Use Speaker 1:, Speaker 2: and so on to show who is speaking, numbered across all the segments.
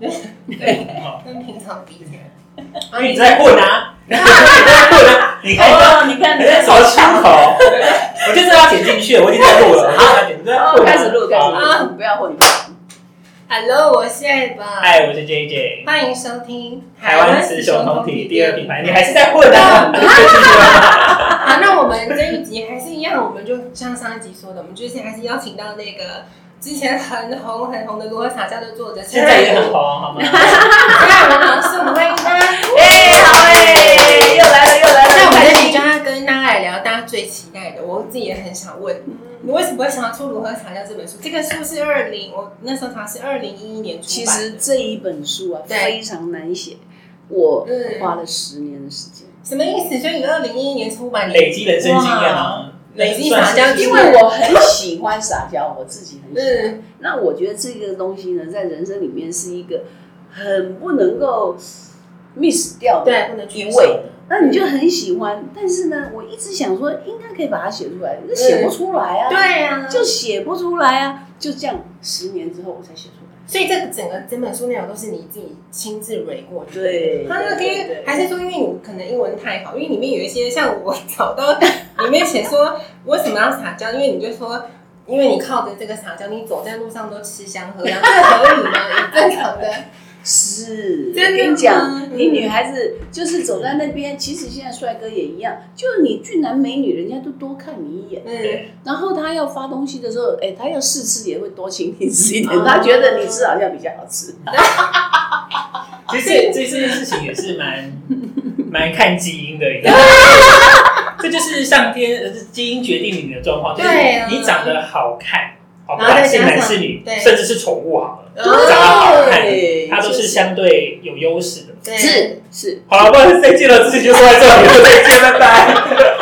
Speaker 1: 对，
Speaker 2: 跟平常比起来，
Speaker 3: 那你在混啊， 你在混啊，你看这
Speaker 1: 哦，你看你在
Speaker 3: 什么出口？我就是要剪进去，我已经在录了，我要剪，你在
Speaker 1: 哦
Speaker 3: 混
Speaker 1: 开始录，开始
Speaker 3: 啊！
Speaker 1: 录，哦你不要混。
Speaker 2: Hello，我是艾吧，
Speaker 3: 嗨，我是 JJ，
Speaker 2: 欢迎收听
Speaker 3: 台湾雌雄同体第二品牌，你还是在混
Speaker 2: 啊
Speaker 3: 啊？你在继续
Speaker 1: 哦
Speaker 3: 啊
Speaker 2: 啊，那我们这一集还是一样，我们就像上一集说的，我们之前还是邀请到那个之前很红很红的《罗傻家》的作者，
Speaker 3: 现在也很红，好吗？
Speaker 2: 现在我们好像是我们欢迎 大家。
Speaker 1: 哎，好哎，又来了，又来了。
Speaker 2: 那我们这集就要跟大家来聊大家最期待的，我自己也很想问，你为什么会想要出《如何查教》这本书？这个书是二零，我那时候查是二零一一年出
Speaker 4: 其
Speaker 2: 版的
Speaker 4: 实这一本书啊，
Speaker 2: 对
Speaker 4: 非常难写，我
Speaker 2: 嗯
Speaker 4: 花了十年的时间，
Speaker 2: 什么意思？所以你二零一一年出版，
Speaker 3: 累积人生经验啊，
Speaker 2: 累积
Speaker 3: 算
Speaker 2: 撒
Speaker 3: 是
Speaker 2: 娇经
Speaker 4: 因
Speaker 2: 验
Speaker 4: 为我很喜欢撒娇，我自己很喜欢。
Speaker 2: 嗯，
Speaker 4: 那我觉得这个东西呢，在人生里面是一个很不能够 miss 掉
Speaker 2: 对，
Speaker 4: 的
Speaker 2: 不能
Speaker 4: 一
Speaker 2: 缺少
Speaker 4: 位。那你就很喜欢，但是呢，我一直想说，应该可以把它写出来，
Speaker 1: 嗯
Speaker 4: 可是写不出来啊，
Speaker 2: 对呀、
Speaker 4: 就写不出来啊，就这样，十年之后我才写出来。
Speaker 2: 所以这整个整本书内容都是你自己亲自蕊过去。
Speaker 4: 对
Speaker 2: 他那个因为还是说，因为你可能英文太好，因为里面有一些像我 找到里面写说为什么要撒娇，因为你就说，因为你靠着这个撒娇，你走在路上都吃香喝辣，这合理吗？也正常的。
Speaker 4: 是，我
Speaker 2: 真的
Speaker 4: 跟你
Speaker 2: 吗
Speaker 4: 讲，你
Speaker 2: 嗯
Speaker 4: 女孩子就是走在那边，其实现在帅哥也一样，就是你俊男美女，人家都多看你一 眼。
Speaker 2: 嗯，
Speaker 4: 然后他要发东西的时候，哎，他要试吃也会多请你吃一点
Speaker 2: 哦，
Speaker 4: 他觉得你吃好像比较好吃。
Speaker 3: 其
Speaker 2: 啊
Speaker 3: 实这这件事情也是蛮 蛮看基因的一个，这就是上天呃基因决定你的状况，就是
Speaker 2: 对啊
Speaker 3: 你长得好看，好不
Speaker 2: 然后
Speaker 3: 管
Speaker 2: 再
Speaker 3: 是
Speaker 2: 加
Speaker 3: 男
Speaker 2: 上
Speaker 3: 是女
Speaker 2: 对，
Speaker 3: 甚至是宠物好了，
Speaker 2: 哦
Speaker 3: 长得好啊看，
Speaker 4: 对
Speaker 3: 它都
Speaker 4: 就是
Speaker 3: 相对有优势的。
Speaker 2: 对。
Speaker 4: 是是，
Speaker 3: 好了，不然再见了，自己就说在这里了，再见，拜拜。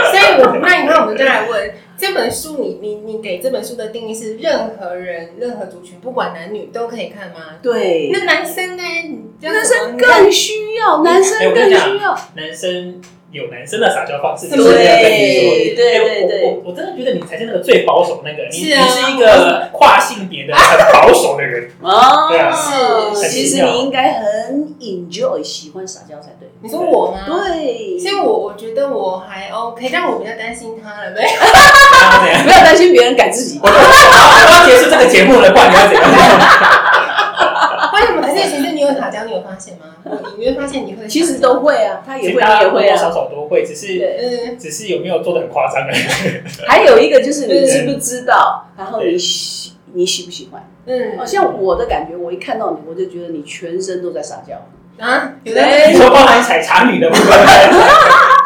Speaker 2: 所以我那你看，我们就来问这本书你，你你给这本书的定义是任何人、任何族群，不管男女都可以看吗？
Speaker 4: 对，
Speaker 2: 那男生呢？你叫
Speaker 4: 男
Speaker 2: 什么
Speaker 4: 生更需要，男
Speaker 3: 哎
Speaker 4: 生
Speaker 3: 我跟
Speaker 4: 更
Speaker 3: 你
Speaker 4: 需要，
Speaker 3: 男生有男生的撒娇方式，
Speaker 2: 对
Speaker 3: 就是要跟你说。
Speaker 4: 对对
Speaker 3: 哎我
Speaker 4: 对，
Speaker 3: 我我真的觉得你才是那个最保守那个，你、
Speaker 2: 是啊
Speaker 3: 你是一个跨性别的很保守的人，对啊
Speaker 4: 哦，
Speaker 2: 是
Speaker 4: 其实你应该很 enjoy 喜欢撒娇才对。
Speaker 2: 你说我吗？。
Speaker 4: 对，
Speaker 2: 所以我我觉得我还 OK，但我比较担心他了，没有
Speaker 3: 然后怎样？
Speaker 4: 不要担心别人改自己。
Speaker 3: 我要结束这个节目了，不然你要怎样？
Speaker 2: 为什么？还是其实你有撒娇，你有发现吗？你有没有发现你会？
Speaker 4: 其实都。会啊，他也
Speaker 3: 其实
Speaker 4: 会，
Speaker 3: 大
Speaker 4: 你
Speaker 3: 家
Speaker 4: 也
Speaker 3: 多
Speaker 4: 会
Speaker 3: 多少
Speaker 4: 啊。
Speaker 3: 少都会，只是
Speaker 4: 对，
Speaker 2: 嗯，
Speaker 3: 只是有没有做的很夸张而已。
Speaker 4: 还有一个就是你知不知道，然后你喜你喜不喜欢？
Speaker 2: 嗯
Speaker 4: 哦，像我的感觉，我一看到你，我就觉得你全身都在撒娇。
Speaker 2: 啊，有的
Speaker 4: 对
Speaker 3: 你说包含采茶女的部分，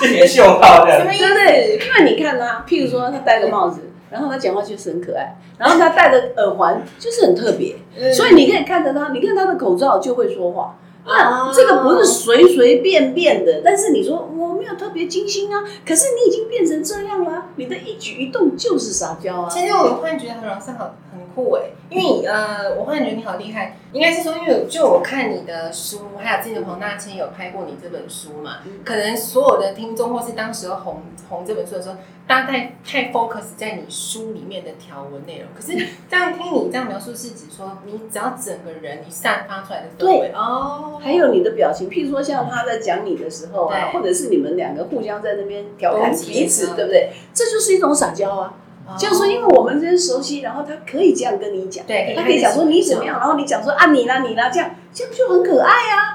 Speaker 3: 就你的袖套这
Speaker 2: 什
Speaker 3: 样。
Speaker 2: 么意
Speaker 4: 对不对？因为你看他，譬如说他戴个帽子，然后他讲话就是很可爱，然后他戴的耳环就是很特别，
Speaker 2: 思？
Speaker 4: 所以你可以看着他，你看他的口罩就会说话。
Speaker 2: 啊
Speaker 4: 那这个不是随随便便的，但是你说我没有特别精心啊，可是你已经变成这样了，你的一举一动就是撒娇啊。
Speaker 2: 其实我幻觉何老师好很酷哎、因为你呃，我幻觉你好厉害，应该是说，因为就我看你的书，还有之前黄大千有拍过你这本书嘛，
Speaker 4: 嗯
Speaker 2: 可能所有的听众或是当时红红这本书的时候，大概太 focus 在你书里面的条文内容。可是这样听你这样描述，是指说你只要整个人你散发出来的氛围哦，
Speaker 4: 还有你的表情，譬如说像他在讲你的时候啊，
Speaker 2: 对
Speaker 4: 或者是你们两个互相在那边调侃
Speaker 2: 攻击
Speaker 4: 彼此
Speaker 2: 嗯，
Speaker 4: 对不对？这就是一种撒娇啊，
Speaker 2: 哦
Speaker 4: 就是说因为我们真熟悉，然后他可以这样跟你讲，
Speaker 2: 对，
Speaker 4: 他可以讲说你怎么样，然后你讲说啊你啦你啦，这样这样就很可爱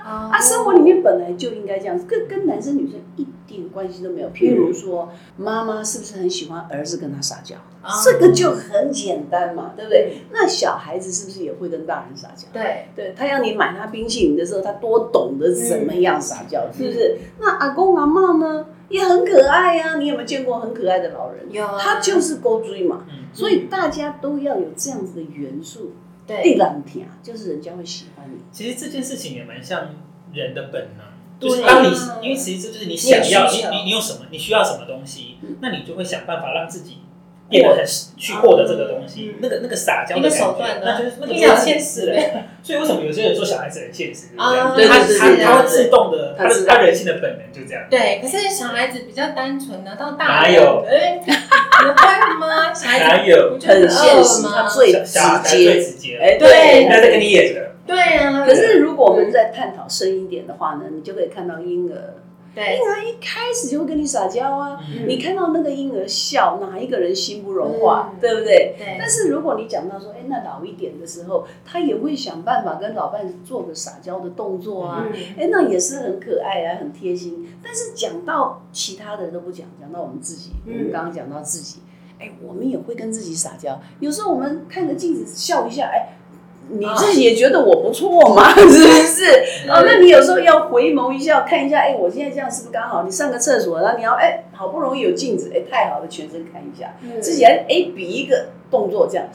Speaker 2: 哦
Speaker 4: 啊。生活里面本来就应该这样，跟跟男生女生一点关系都没有。譬如说，妈妈是不是很喜欢儿子跟他撒娇？
Speaker 2: 哦
Speaker 4: 这个就很简单嘛，对不对？那小孩子是不是也会跟大人撒娇？
Speaker 2: 对
Speaker 4: 对他要你买他冰淇淋的时候，他多懂得怎么样撒娇，是不是？那阿公阿妈呢，也很可爱呀、你有没有见过很可爱的老人？
Speaker 2: 有啊
Speaker 4: 他就是勾追嘛。
Speaker 3: 嗯
Speaker 4: 所以大家都要有这样子的元素，
Speaker 2: 对
Speaker 4: 地朗天啊，就是人家会喜欢你。
Speaker 3: 其实这件事情也蛮像人的本能，
Speaker 2: 对
Speaker 3: 就是当你
Speaker 2: 啊
Speaker 3: 因为其实这就是你想要，
Speaker 2: 你有需
Speaker 3: 你
Speaker 2: 求
Speaker 3: 你你有什么，你需要什么东西
Speaker 4: 嗯，
Speaker 3: 那你就会想办法让自己变得很去获得这个东西
Speaker 2: 嗯，
Speaker 3: 那个那个撒娇的
Speaker 2: 一个
Speaker 3: 感
Speaker 2: 手
Speaker 3: 觉
Speaker 2: 段，
Speaker 3: 那
Speaker 2: 啊
Speaker 3: 就是那个
Speaker 2: 一个
Speaker 3: 就是
Speaker 2: 现
Speaker 3: 现
Speaker 2: 实
Speaker 3: 实的。所以为什么有些人说小孩子很现实，
Speaker 2: 啊
Speaker 3: 对不
Speaker 4: 对对
Speaker 3: 他
Speaker 4: 对
Speaker 3: 他他会
Speaker 4: 对
Speaker 3: 自动的，他
Speaker 4: 他
Speaker 3: 的
Speaker 4: 知道
Speaker 3: 他人性的本能就这样。
Speaker 2: 对，可是小孩子比较单纯啊，到大
Speaker 3: 哪
Speaker 2: 人
Speaker 3: 有
Speaker 2: 哎，你会 吗？小孩
Speaker 3: 哪
Speaker 2: 子
Speaker 3: 有
Speaker 2: 不就是
Speaker 4: 很现
Speaker 2: 饿
Speaker 4: 实
Speaker 2: 吗
Speaker 4: 他？最
Speaker 3: 小小孩
Speaker 4: 直
Speaker 3: 最
Speaker 4: 接
Speaker 3: 直接？
Speaker 4: 哎，
Speaker 2: 对
Speaker 3: 那在跟你演的，
Speaker 2: 对啊，
Speaker 4: 可是如果我们再探讨深一点的话呢，你就可以看到婴儿
Speaker 2: 对
Speaker 4: 一开始就会跟你撒娇啊。
Speaker 3: 嗯
Speaker 4: 你看到那个婴儿笑，哪一个人心不融化，
Speaker 2: 嗯
Speaker 4: 对不对？
Speaker 2: 对
Speaker 4: 但是如果你讲到说，哎，那老一点的时候，他也会想办法跟老伴做个撒娇的动作啊，
Speaker 2: 嗯
Speaker 4: 哎，那也是很可爱啊，很贴心。但是讲到其他的都不讲，讲到我们自己，
Speaker 2: 嗯
Speaker 4: 我们刚刚讲到自己，哎，我们也会跟自己撒娇。有时候我们看个镜子笑一下，哎，你
Speaker 2: 啊
Speaker 4: 自己也觉得我不错嘛， 是不是？哦，那你有时候要回眸一笑，看一下，哎，我现在这样是不是刚好？你上个厕所，然后你要，哎，好不容易有镜子，哎，太好了，全身看一下，
Speaker 2: 嗯
Speaker 4: 自己还哎比一个动作这样。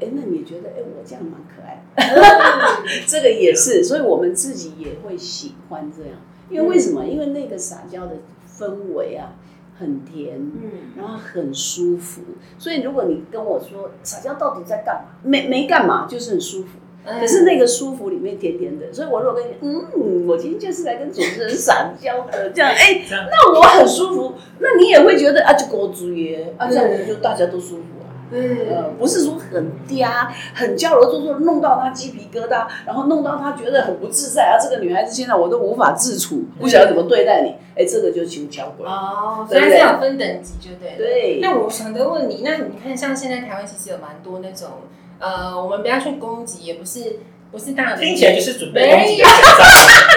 Speaker 4: 哎，那你也觉得哎，我这样蛮可爱的这个也是，所以我们自己也会喜欢这样，因为为什
Speaker 3: 嗯
Speaker 4: 么？因为那个撒娇的氛围啊，很甜，
Speaker 2: 嗯
Speaker 4: 然后很舒服。所以如果你跟我说撒娇到底在干嘛，没没干嘛，就是很舒服。
Speaker 2: 嗯
Speaker 4: 可是那个舒服里面甜甜的，所以我如果跟你嗯，我今天就是来跟主持人撒娇的，这样哎、
Speaker 3: 这样
Speaker 4: 那我很舒服，那你也会觉得啊，就狗主耶，啊，这样子就大家都舒服啊。
Speaker 2: 嗯
Speaker 4: 呃，不是说很嗲、很娇柔做作，弄到她鸡皮疙瘩，然后弄到她觉得很不自在啊。这个女孩子现在我都无法自处，不晓得怎么对待你。哎、这个就请教鬼。
Speaker 2: 嗯哦，所
Speaker 4: 对
Speaker 2: 以它
Speaker 4: 不对
Speaker 2: 是有分等级，就对了。
Speaker 4: 对，
Speaker 2: 那我想着问你，那你看像现在台湾其实有蛮多那种，呃，我们不要去攻击，也不是不是大的，
Speaker 3: 听起来就是准备攻
Speaker 2: 没
Speaker 3: 击
Speaker 2: 有
Speaker 3: 的，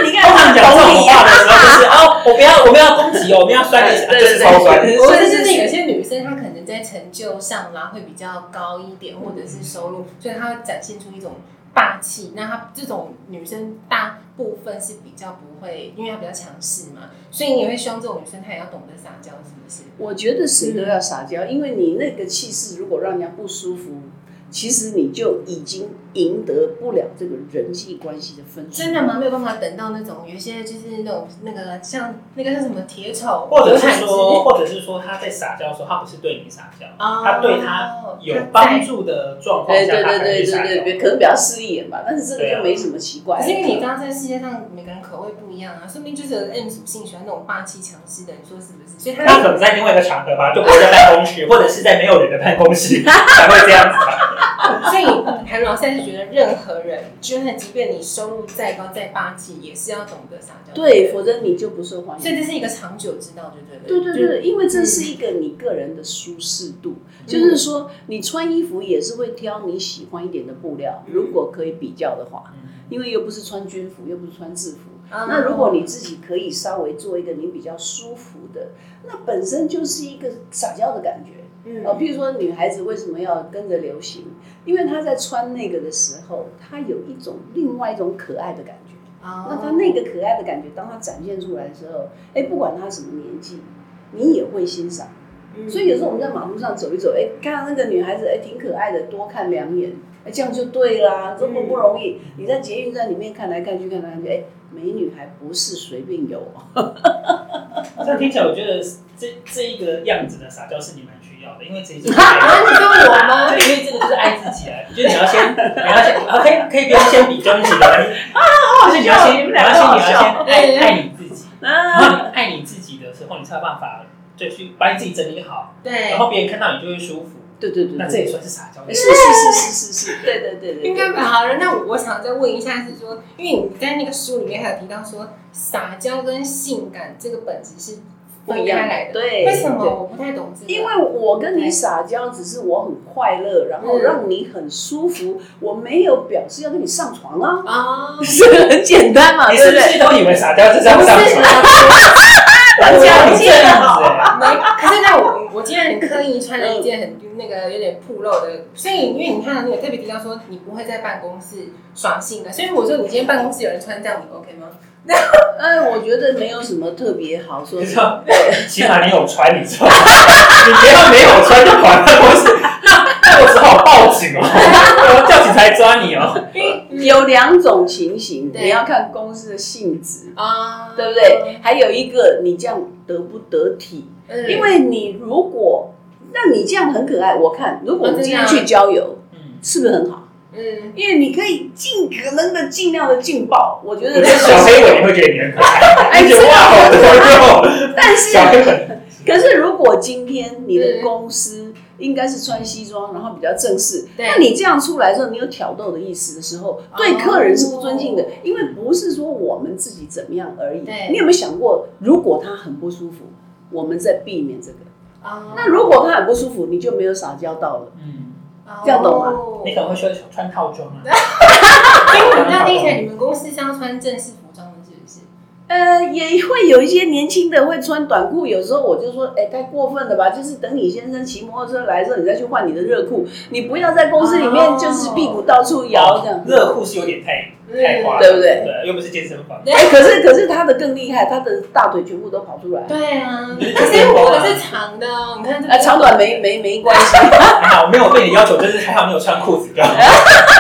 Speaker 4: 你
Speaker 3: 通常讲这种
Speaker 2: 啊
Speaker 3: 话的时候 就是哦，我不要，我不要攻击哦，我们要酸你，啊
Speaker 4: 对
Speaker 3: 就是超酸。
Speaker 4: 对对
Speaker 2: 我
Speaker 4: 所以
Speaker 2: 觉得就
Speaker 4: 所
Speaker 2: 是
Speaker 4: 以
Speaker 2: 有些女生她可能在成就上啦会比较高一点，或者是收入，所以她会展现出一种霸气。那她这种女生大部分是比较不会，因为她比较强势嘛，所以你会希望这种女生她也要懂得撒娇，是不是？
Speaker 4: 我觉得谁都要撒娇，因为你那个气势如果让人家不舒服，其实你就已经赢得不了这个人际关系的分数。
Speaker 2: 真的？吗？没有办法等到那种有一些就是那种那个像那个叫什么铁丑，
Speaker 3: 或者
Speaker 2: 刘
Speaker 3: 是
Speaker 2: 海之
Speaker 3: 说，或者是说他在撒娇的时候，他不是对你撒娇，
Speaker 2: 哦
Speaker 3: 他对他有帮助的状况
Speaker 4: 对
Speaker 3: 下，
Speaker 4: 哎对
Speaker 3: 他
Speaker 4: 对
Speaker 3: 才会
Speaker 4: 对
Speaker 3: 撒
Speaker 4: 对
Speaker 3: 娇。啊
Speaker 4: 对，可能比较势利眼吧，但是这个就没什么奇怪。
Speaker 2: 可是因为你知道，在世界上每个人口味不一样啊，说不定就是有 M 属性喜欢那种霸气强势的，你说是不是？所以他
Speaker 3: 他可能在另外一个场合吧，就不会在办公室，或者是在没有人的办公 室才会这样子吧。
Speaker 2: 所以韩老师是觉得任何人，就算即便你收入再高再霸气，也是要懂得撒娇。
Speaker 4: 对，，否则你就不受欢迎
Speaker 2: 所。以这是一个长久之道，就嗯对了。
Speaker 4: 对对对，因为这是一个你个人的舒适度，就是
Speaker 2: 嗯
Speaker 4: 说你穿衣服也是会挑你喜欢一点的布料，
Speaker 2: 嗯
Speaker 4: 如果可以比较的话，
Speaker 3: 嗯
Speaker 4: 因为又不是穿军服，又不是穿制服。
Speaker 2: 嗯
Speaker 4: 那如果你自己可以稍微做一个你比较舒服的，那本身就是一个撒娇的感觉。
Speaker 2: 嗯
Speaker 4: 哦，譬如说女孩子为什么要跟着流行？因为她在穿那个的时候，她有一种另外一种可爱的感觉。那
Speaker 2: 那
Speaker 4: 他那个可爱的感觉，当他展现出来的时候，哎，不管他什么年纪，你也会欣赏。
Speaker 2: 嗯
Speaker 4: 所以有时候我们在马路上走一走，哎，看到那个女孩子，哎，挺可爱的，多看两眼，哎，这样就对啦，这么不容易。你在捷运站里面看来看去，看来看去，哎，美女还不是随便有哦。
Speaker 3: 这样听起来，我觉得这这一个样子的撒娇是你蛮需要的，因为这一 种。
Speaker 2: 那啊你跟我吗？
Speaker 3: 对，因为这个就是爱自己啊，就是你要先，你要 先，啊，可以可以不要先比中指了，
Speaker 4: 啊
Speaker 3: 就是你要先，你要先，你要先爱爱你自己， 然后你爱你自己的时候，你才有办法就去把你自己整理好，
Speaker 2: 对
Speaker 3: 然，后别人看到你就会舒服，
Speaker 4: 对对对
Speaker 3: 那
Speaker 4: 对，
Speaker 3: 这也算是撒娇的
Speaker 4: 是。是是是是是，对对对对对，
Speaker 2: 应该吧好了。那我想再问一下，是说，因为你在那个书里面还有提到说，撒娇跟性感这个本质是
Speaker 4: 不
Speaker 2: 分
Speaker 4: 一
Speaker 2: 开
Speaker 4: 样
Speaker 2: 来的。
Speaker 4: 对，
Speaker 2: 为什么
Speaker 4: 对
Speaker 2: 我不太懂这个？
Speaker 4: 因为我跟你撒娇，只是我很快乐，然后让你很舒服，我没有表示要跟你上床啊，
Speaker 2: 啊，
Speaker 4: 是很简单嘛，
Speaker 3: 你
Speaker 4: 对
Speaker 3: 是
Speaker 4: 不
Speaker 3: 不是
Speaker 4: 对？
Speaker 3: 都以为撒娇就是要上床？我教你这样子 欸，
Speaker 2: 没，可是那我我今天很刻意穿了一件
Speaker 4: 嗯
Speaker 2: 很那个有点暴露的，所以因为你看到那个特别提到说你不会在办公室耍性的，所以我说你今天办公室有人穿这样，你 OK 吗？
Speaker 4: 哎，我觉得没有什么特别好说
Speaker 3: 你。知道，起码你有穿，你知道吗？你不要没有穿就跑办公室，那那我只好报警哦，我叫警察来抓你哦。
Speaker 4: 有两种情形，
Speaker 2: 对
Speaker 4: 你要看公司的性质，
Speaker 2: 啊，
Speaker 4: 对不对？还有一个，你这样得不得体？
Speaker 2: 对
Speaker 4: 因为你如果，那你这样很可爱，我看，如果我们今天
Speaker 2: 真的啊
Speaker 4: 去郊游，
Speaker 3: 嗯，
Speaker 4: 是不是很好？
Speaker 2: 嗯，
Speaker 4: 因为你可以尽可能的尽量的劲爆，我觉
Speaker 3: 我
Speaker 4: 得
Speaker 3: 觉得小黑尾会觉得你很可爱，
Speaker 4: 哎
Speaker 3: 你觉得哇好多肉，
Speaker 4: 但是
Speaker 3: 小黑尾
Speaker 4: 可是如果今天你的公司应该是穿西装，然后比较正式。
Speaker 2: 对哦
Speaker 4: 那你这样出来之后，你有挑逗的意思的时候，对客人是不尊敬的，因为不是说我们自己怎么样而已。
Speaker 2: 对
Speaker 4: 你有没有想过，如果他很不舒服，我们在避免这个？
Speaker 2: 哦
Speaker 4: 那如果他很不舒服，你就没有撒娇到了。
Speaker 3: 嗯，
Speaker 4: 这样懂吗
Speaker 2: 哦
Speaker 3: 你可能会说穿套装啊，
Speaker 2: 所以我们要听起来，你们公司是要穿正式服装的，是不是？
Speaker 4: 呃，也会有一些年轻的会穿短裤，有时候我就说，哎，太过分了吧？就是等你先生骑摩托车来的时候，你再去换你的热裤，你不要在公司里面
Speaker 2: 哦
Speaker 4: 就是屁股到处摇这样。
Speaker 3: 热裤是有点太
Speaker 2: 嗯
Speaker 3: 太夸张，
Speaker 4: 对不对
Speaker 3: 又不是健身 房。
Speaker 2: 啊
Speaker 4: 哎、可是可是他的更厉害，他的大腿全部都跑出来，
Speaker 2: 对啊，
Speaker 3: 你是
Speaker 2: 可是我的是长的哦，你看这
Speaker 4: 啊，
Speaker 2: 个
Speaker 4: 长短没没没关系，
Speaker 3: 还好没有被你要求，就是还好你有穿裤子就好，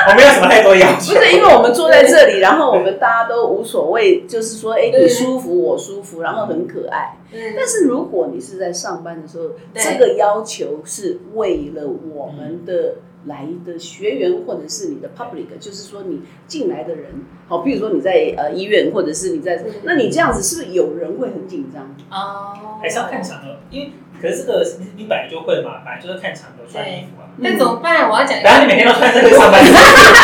Speaker 3: 我没有什么太多要
Speaker 4: 不
Speaker 3: 求。
Speaker 4: 是因为我们坐在这里，然后我们大家都无所谓，就是说，哎、你舒服我舒服，然后很可爱。
Speaker 2: 嗯
Speaker 4: 但是如果你是在上班的时候，
Speaker 2: 对
Speaker 4: 这个要求是为了我们的来的学员或者是你的 public，就是说你进来的人，好，比如说你在呃医院或者是你在
Speaker 2: 嗯，
Speaker 4: 那你这样子是不是有人会很紧张？
Speaker 2: 哦，
Speaker 3: 还是要看场合，因为可是这个你你本来就会嘛，本来就是看场合穿衣服啊。
Speaker 2: 那怎么办？我要讲一
Speaker 3: 然后你
Speaker 2: 个，
Speaker 3: 每天都穿这个上班，是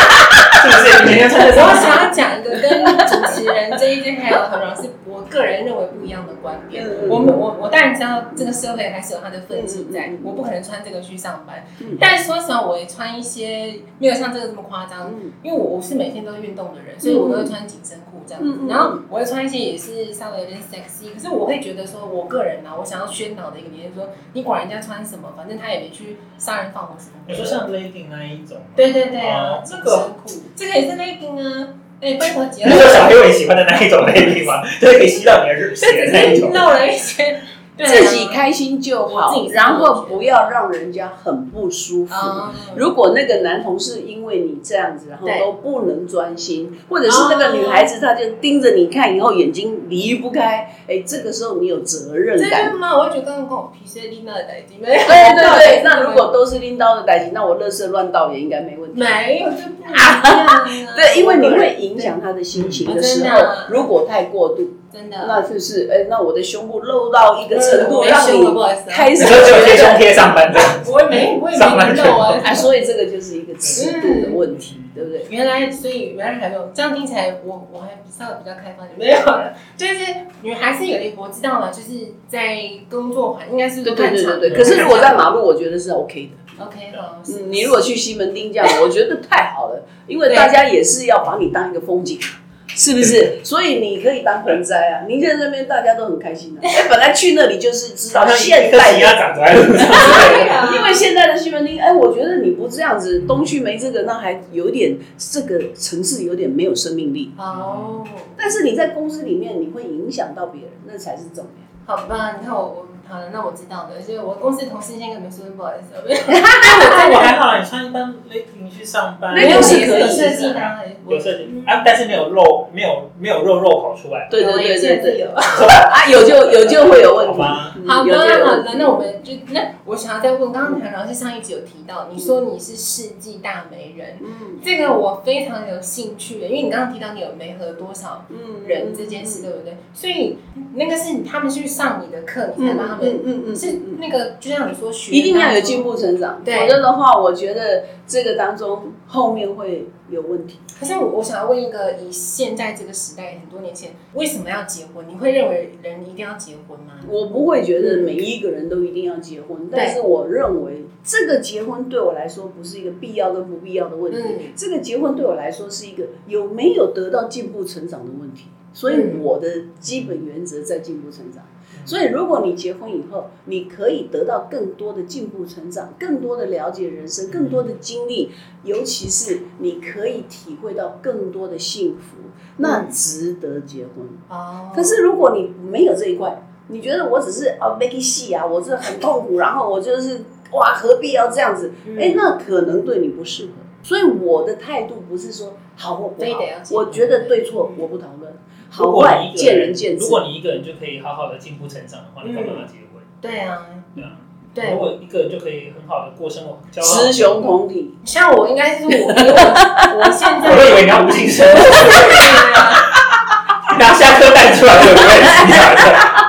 Speaker 3: 不是？你每天穿这个
Speaker 2: 我
Speaker 3: 上班，
Speaker 2: 想要讲一个跟主持人这一件还有何荣是我个人认为不一样的观点。
Speaker 4: 嗯
Speaker 2: 我们我我当然知道这个社会还是有它的分歧在
Speaker 4: 嗯嗯嗯，
Speaker 2: 我不可能穿这个去上班
Speaker 4: 嗯。
Speaker 2: 但说实话，我也穿一些没有像这个这么夸张，
Speaker 4: 嗯
Speaker 2: 因为我我是每天都运动的
Speaker 3: 嗯
Speaker 2: 人，所以我都会穿紧身裤这样子，
Speaker 4: 嗯嗯嗯
Speaker 2: 然后我会穿一些也是稍微有点 sexy，可是我会觉得说，我个人呢、啊我想要宣导的一个理念就是说，你管人家穿什么，反正他也没去杀人放火什么。
Speaker 3: 你说像 legging 那一种，
Speaker 2: 对对对啊，
Speaker 3: 哦
Speaker 2: 紧
Speaker 3: 这
Speaker 2: 身
Speaker 3: 个
Speaker 2: 裤，这个也是 legging 啊，哎，拜托姐
Speaker 3: 你，是说小黑尾喜欢的那一种 legging 吗？ 就是可以吸到你 的血
Speaker 2: 这
Speaker 3: 的那
Speaker 2: 只
Speaker 3: 一
Speaker 2: 是
Speaker 3: 种。
Speaker 2: 露了一些，对啊
Speaker 4: 自己开心就
Speaker 2: 我自
Speaker 4: 好
Speaker 2: 己，是
Speaker 4: 然
Speaker 2: 这么
Speaker 4: 后
Speaker 2: 觉得
Speaker 4: 不要让人家很不舒服。
Speaker 2: 啊，
Speaker 4: 如果那个男同事因为你这样子，然后
Speaker 2: 对
Speaker 4: 都不能专心，或者是那个女孩子她就盯着你看，以后眼睛离不开，哎，这个时候你有责任
Speaker 2: 真
Speaker 4: 感。
Speaker 2: 的吗？我会觉得跟我皮鞋丽娜的代金没有，
Speaker 4: 对对对，那如果都是拎刀的代情，那我乐色乱倒也应该没问题。
Speaker 2: 没有就不一样啊，
Speaker 4: 对，因为你会影响他的心情的时
Speaker 2: 哦
Speaker 4: 候
Speaker 2: 真的啊，
Speaker 4: 如果太过度，
Speaker 2: 真的，
Speaker 4: 那就是哎，那我的胸部露到一个程
Speaker 2: 嗯我
Speaker 4: 度，
Speaker 2: 没
Speaker 4: 让
Speaker 2: 胸了不
Speaker 4: 你
Speaker 2: 好意思啊
Speaker 4: 开
Speaker 3: 你
Speaker 4: 始
Speaker 3: 说只有贴
Speaker 4: 觉
Speaker 3: 胸
Speaker 4: 得
Speaker 3: 贴上班的，
Speaker 2: 我也没，我也
Speaker 3: 上
Speaker 2: 没
Speaker 3: 班
Speaker 2: 听
Speaker 3: 族
Speaker 2: 到啊。
Speaker 4: 啊，所以这个就是一个尺度的问题，对不对？
Speaker 2: 原来，所以原来还没有这样听起来我，我还比较比较开放一点，没有了，就是你还是有点我知道了，就是在工作环应该是
Speaker 4: 对对对
Speaker 2: 看场
Speaker 4: 对对。可是如果在马路，我觉得是 OK 的。
Speaker 2: OK 好，
Speaker 4: 嗯，你如果去西门町这样，我觉得太好了，因为大家也是要把你当一个风景，是不是？所以你可以当盆栽啊，您在那边大家都很开 心的、哎，本来去那里就是知道
Speaker 3: 早上
Speaker 4: 现
Speaker 3: 一个
Speaker 4: 代
Speaker 3: 鸡鸭
Speaker 4: 的。
Speaker 3: 长在路上之类的。
Speaker 2: 对啊，
Speaker 4: 因为现在的西门町，哎，我觉得你不这样子，东区没这个，那还有点这个城市有点没有生命力。
Speaker 2: 哦，
Speaker 4: 但是你在公司里面，你会影响到别人，那才是重点。
Speaker 2: 好吧，你看我我好了，那我知道了，就是我公司同事先跟你们说声不好意思，因为
Speaker 4: 哎
Speaker 2: 我
Speaker 3: 我还好，你穿一般 legging 去上班，
Speaker 4: 那个是
Speaker 2: 也
Speaker 4: 可以
Speaker 2: 有设计的啊，
Speaker 3: 有设计啊，但是没有肉，没有没有肉肉跑出来，
Speaker 4: 对对对对对，
Speaker 2: 有。
Speaker 4: 啊，有就有就会有问
Speaker 3: 好
Speaker 4: 题。
Speaker 3: 吗？
Speaker 4: 嗯
Speaker 2: 好
Speaker 4: 有就
Speaker 2: 的，
Speaker 4: 有
Speaker 2: 好
Speaker 4: 问题
Speaker 2: 的，那我们就那我想要再问，刚刚谭老师上一集有提到，你说你是世纪大美人，
Speaker 4: 嗯
Speaker 2: 这个我非常有兴趣的，因为你刚刚提到你有没合多少
Speaker 4: 嗯
Speaker 2: 人这件事，对不对？所以那个是他们去上你的课，你才帮他们，
Speaker 4: 嗯嗯
Speaker 2: 是那个就像你说学，
Speaker 4: 一定要有进，步成长，
Speaker 2: 对
Speaker 4: 否则的话，我觉得这个当中后面会有问题。
Speaker 2: 可是我我想要问一个，以现在这个时代，很多年前为什么要结婚？你会认为人一定要结婚吗？
Speaker 4: 我不会觉得每一个人都一定要结婚，但是我认为这个结婚对我来说不是一个必要跟不必要的问题，
Speaker 2: 嗯
Speaker 4: 这个结婚对我来说是一个有没有得到进步成长的问题。所以
Speaker 2: 嗯
Speaker 4: 我的基本原则在进步成长。
Speaker 3: 嗯
Speaker 4: 所以如果你结婚以后，你可以得到更多的进步成长，更多的了解人生，更多的经历，尤其是你可以体会到更多的幸福，
Speaker 2: 嗯
Speaker 4: 那值得结婚。
Speaker 2: 哦
Speaker 4: 可是如果你没有这一块，你觉得我只是啊 make 戏啊，我是很痛苦，然后我就是哇，何必要这样子？
Speaker 2: 嗯
Speaker 4: 哎、那可能对你不适合。所以我的态度不是说好或不
Speaker 2: 非
Speaker 4: 好
Speaker 2: 得要，结婚
Speaker 4: 我觉得对错我不讨论，
Speaker 3: 如
Speaker 4: 好
Speaker 3: 果
Speaker 4: 坏
Speaker 3: 你一个
Speaker 4: 见
Speaker 3: 人
Speaker 4: 仁见智
Speaker 3: 如。果你一个人就可以好好的进步成长的话，你干嘛要结婚？
Speaker 2: 对啊，
Speaker 4: 嗯
Speaker 3: 对啊，
Speaker 2: 对
Speaker 3: 如，果一个人就可以很好的过生活，交
Speaker 4: 雌
Speaker 3: 到
Speaker 4: 雄同体，
Speaker 2: 像我应该是我，因为我我现
Speaker 3: 我都以
Speaker 2: 在
Speaker 3: 为你要无性生活，
Speaker 2: 啊
Speaker 3: 拿下颗蛋出来就有人洗脑了。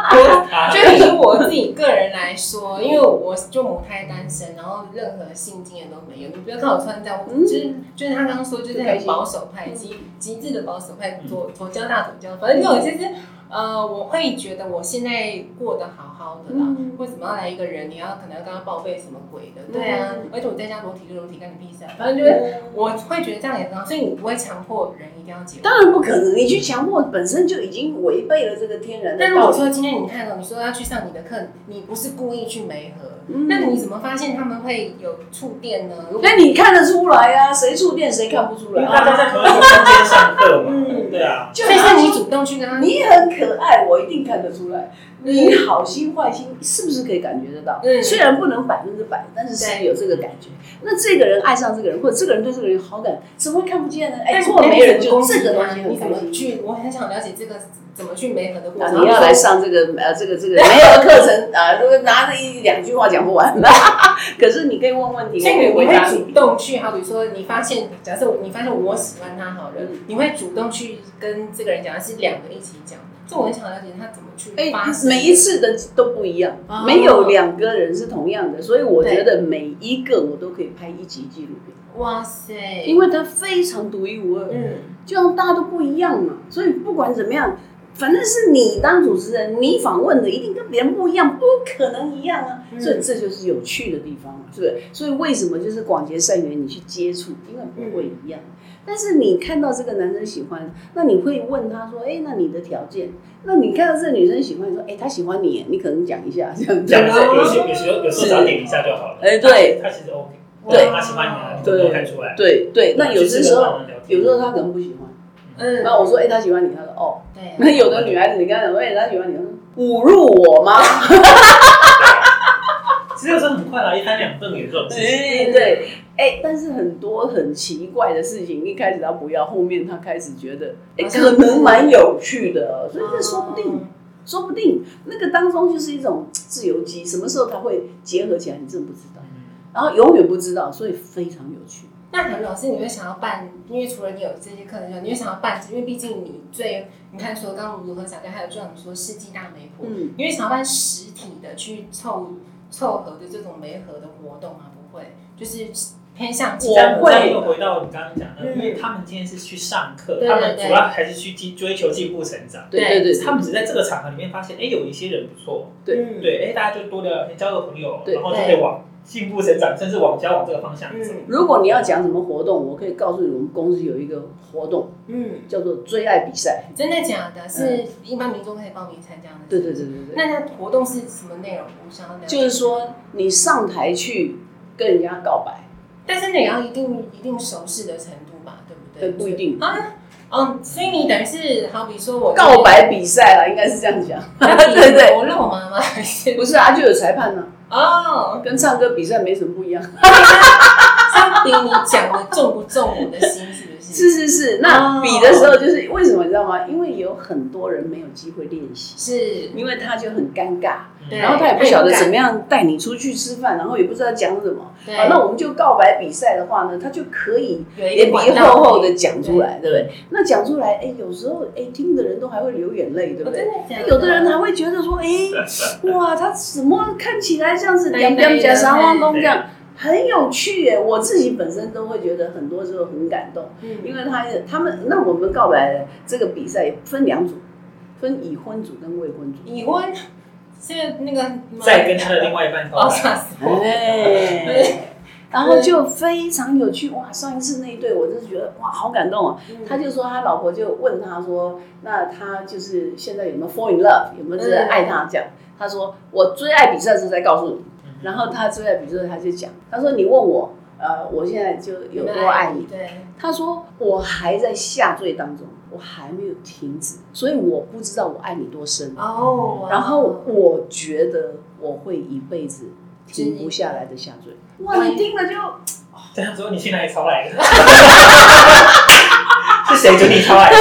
Speaker 3: 啊
Speaker 2: 就以我自己个人来来说，因为我就母胎单身，然后任何性经验都没有。你不要看我穿这样，我就是就是他刚刚说，就是很保守派，极极致的保守派，左左交大左交，反正这种其实呃，我会觉得我现在过得好好的啦。
Speaker 4: 嗯
Speaker 2: 为什么要来一个人？你要可能要跟他报备什么鬼的？对啊，而且我在家裸体就裸体，干你屁事啊！反正就是我会觉得这样也很好，所以你不会强迫人一定要结婚。
Speaker 4: 当然不可能，你去强迫本身就已经违背了这个天然的
Speaker 2: 但如果
Speaker 4: 道理。
Speaker 2: 说今天你看了，你说要去上你的课，你不是故意去媒合，
Speaker 4: 嗯
Speaker 2: 那你怎么发现他们会有触电呢？如果
Speaker 4: 那你看得出来啊，谁触电谁看不出
Speaker 3: 因为
Speaker 4: 来
Speaker 3: 大家
Speaker 4: 啊？
Speaker 3: 在同一个空间上课嘛，
Speaker 4: 嗯，
Speaker 3: 对啊，
Speaker 4: 就
Speaker 2: 所以是你主动去跟他，
Speaker 4: 你很可爱，我一定看得出来。
Speaker 2: 嗯
Speaker 4: 你好心坏心是不是可以感觉得到？
Speaker 2: 嗯
Speaker 4: 虽然不能百分之百，但是是
Speaker 2: 对
Speaker 4: 有这个感觉。那这个人爱上这个人，或者这个人对这个人有好感，怎么会看不见呢？哎，
Speaker 2: 但是
Speaker 4: 做媒人
Speaker 2: 你
Speaker 4: 就
Speaker 2: 怎么
Speaker 4: 这个东西
Speaker 2: 你
Speaker 4: 很
Speaker 2: 怎
Speaker 4: 开
Speaker 2: 么
Speaker 4: 心。
Speaker 2: 去？我很想了解这个怎么去媒合的过
Speaker 4: 啊
Speaker 2: 程。
Speaker 4: 你要来上这个呃这个这个没 有课程啊，这个拿着一两句话讲不完的。 可是你可以问问题，
Speaker 2: 所以
Speaker 4: 我可
Speaker 2: 你
Speaker 4: 以
Speaker 2: 你
Speaker 4: 回
Speaker 2: 会
Speaker 4: 答
Speaker 2: 主
Speaker 4: 你。
Speaker 2: 动去，好比说你发现，假设我你发现我喜欢他好了，
Speaker 4: 嗯
Speaker 2: 你会主动去跟这个人讲，还是两个一起讲？这我很想了解他怎么去
Speaker 4: 哎
Speaker 2: 发，生。
Speaker 4: 每一次的都不一样，
Speaker 2: 哦
Speaker 4: 没有两个人是同样的，所以我
Speaker 2: 对
Speaker 4: 觉得每一个我都可以拍一集纪录片。
Speaker 2: 哇塞，
Speaker 4: 因为它非常独一无二，
Speaker 2: 嗯，
Speaker 4: 就像大家都不一样嘛，所以不管怎么样，反正是你当主持人，你访问的一定跟别人不一样，不可能一样啊，
Speaker 2: 嗯
Speaker 4: 所以这就是有趣的地方嘛，是不是？所以为什么就是广结善缘，你去接触，因为不会一样。但是你看到这个男生喜欢，那你会问他说：“哎、那你的条件？”那你看到这个女生喜欢，你说：“哎、她喜欢你耶。”你可能讲一下这样子。
Speaker 3: 讲有有些有时候有时候早点一下就好了。
Speaker 4: 哎 对
Speaker 3: 他其实 OK，
Speaker 4: 对
Speaker 3: 他喜欢你啊，
Speaker 4: 对
Speaker 3: 都看出来。
Speaker 4: 对对，那有
Speaker 3: 去吃
Speaker 4: 些
Speaker 3: 个
Speaker 4: 时候，
Speaker 3: 饭聊天
Speaker 4: 有时 候他可能不喜欢。
Speaker 2: 嗯，
Speaker 4: 那我说：“哎、她喜欢你。”他说：“哦。”
Speaker 2: 对啊
Speaker 4: 那有的女孩子，你刚才说，哎、她喜欢你，侮辱我吗？
Speaker 3: 其实有时候很快啦，一翻两瞪眼这种事情。
Speaker 4: 哎 对，哎、但是很多很奇怪的事情，一开始她不要，后面她开始觉得，哎、
Speaker 2: 好像
Speaker 4: 可能蛮有趣的哦、所以这说不定，
Speaker 2: 嗯
Speaker 4: 说不定那个当中就是一种自由基，什么时候它会结合起来，你真的不知道，
Speaker 3: 嗯
Speaker 4: 然后永远不知道，所以非常有趣。
Speaker 2: 那韩老师，你会想要办？因为除了你有这些课程之外，你会想要办？因为毕竟你最，你看说刚刚如何想跟，还有就像你说世纪大媒婆，
Speaker 4: 嗯，
Speaker 2: 你会想要办实体的去凑凑合的这种媒合的活动吗？不会，就是偏向
Speaker 4: 我
Speaker 3: 但
Speaker 4: 会
Speaker 3: 但又回到你刚刚讲的，
Speaker 2: 嗯
Speaker 3: 因为他们今天是去上课，
Speaker 2: 对对
Speaker 3: 他们
Speaker 2: 对
Speaker 3: 主要还是去进追求进步成长。
Speaker 4: 对
Speaker 2: 对
Speaker 4: 对对，
Speaker 3: 他们只在这个场合里面发现，哎，有一些人不错，
Speaker 2: 对，
Speaker 3: 对，哎，大家就多聊聊天，交个朋友，
Speaker 4: 对
Speaker 3: 然后就可以往进步成长，甚至往交往这个方向走。
Speaker 2: 嗯
Speaker 4: 如果你要讲什么活动，我可以告诉你，我们公司有一个活动
Speaker 2: 嗯，
Speaker 4: 叫做追爱比赛。
Speaker 2: 真的假的？是一般民众可以报名参加的。
Speaker 4: 嗯对对。对对对。
Speaker 2: 那那活动是什么内容？我想要了解
Speaker 4: 就是，说你上台去跟人家告白，
Speaker 2: 但是你要一定一定熟识的程度吧，对不对？
Speaker 4: 呃，不一定。
Speaker 2: 啊，嗯，所以你等于是好比说我
Speaker 4: 告白比赛啊啦，应该是这 样讲。对
Speaker 2: 对
Speaker 4: 对
Speaker 2: 对，我肉麻吗？还是
Speaker 4: 不是啊，就有裁判呢、
Speaker 2: 哦，
Speaker 4: 跟唱歌比赛没什么不一样。
Speaker 2: 相比你讲的中不中我的心，是不是？
Speaker 4: 是是是，那
Speaker 2: 哦
Speaker 4: 比的时候就是为什么你知道吗？因为有很多人没有机会练习，
Speaker 2: 是，
Speaker 4: 因为他就很尴尬，
Speaker 2: 对
Speaker 4: 然后他也不晓
Speaker 2: 他也不
Speaker 4: 得
Speaker 2: 敢
Speaker 4: 怎么样带你出去吃饭，然后也不知道讲什么。
Speaker 2: 对，
Speaker 4: 好，那我们就告白比赛的话呢，他就可以
Speaker 2: 有一
Speaker 4: 脸
Speaker 2: 个
Speaker 4: 皮
Speaker 2: 管
Speaker 4: 厚
Speaker 2: 道哦
Speaker 4: 厚
Speaker 2: 可以
Speaker 4: 的讲出来，对不对？那讲出来，哎，有时候哎听的人都还会流眼泪，对不
Speaker 2: 哦
Speaker 4: 对？哎
Speaker 2: 真的假的？
Speaker 4: 有的人还会觉得说，哎、哇，他怎么看起来这样子，
Speaker 2: 对
Speaker 4: 两两假三汪东
Speaker 3: 对
Speaker 4: 这样，很有趣耶！我自己本身都会觉得很多时候很感动，
Speaker 2: 嗯，
Speaker 4: 因为他他们那我们告白这个比赛分两组，分已婚组跟未婚组。
Speaker 2: 已婚是那个
Speaker 3: 再跟他的另外一半告
Speaker 2: 哦，
Speaker 3: 白。
Speaker 2: 吓死我！
Speaker 4: 哎，然后就非常有趣哇！上一次那一对，我就是觉得哇，好感动哦。
Speaker 2: 嗯
Speaker 4: 他就说他老婆就问他说，那他就是现在有没有 fall in love，有没有真的爱他这样？他说我追爱比赛的时候再告诉你。
Speaker 3: 嗯
Speaker 4: 然后他追爱比赛的时候他就讲，他说你问我，呃，我现在就有多爱你？
Speaker 2: 对，
Speaker 4: 他说我还在下坠当中，我还没有停止，所以我不知道我爱你多深。
Speaker 2: 哦，哇
Speaker 4: 然后我觉得我会一辈子停不下来的下坠。哇，你听了就
Speaker 3: 这样说你去哪里抄来的？是谁准你抄来的？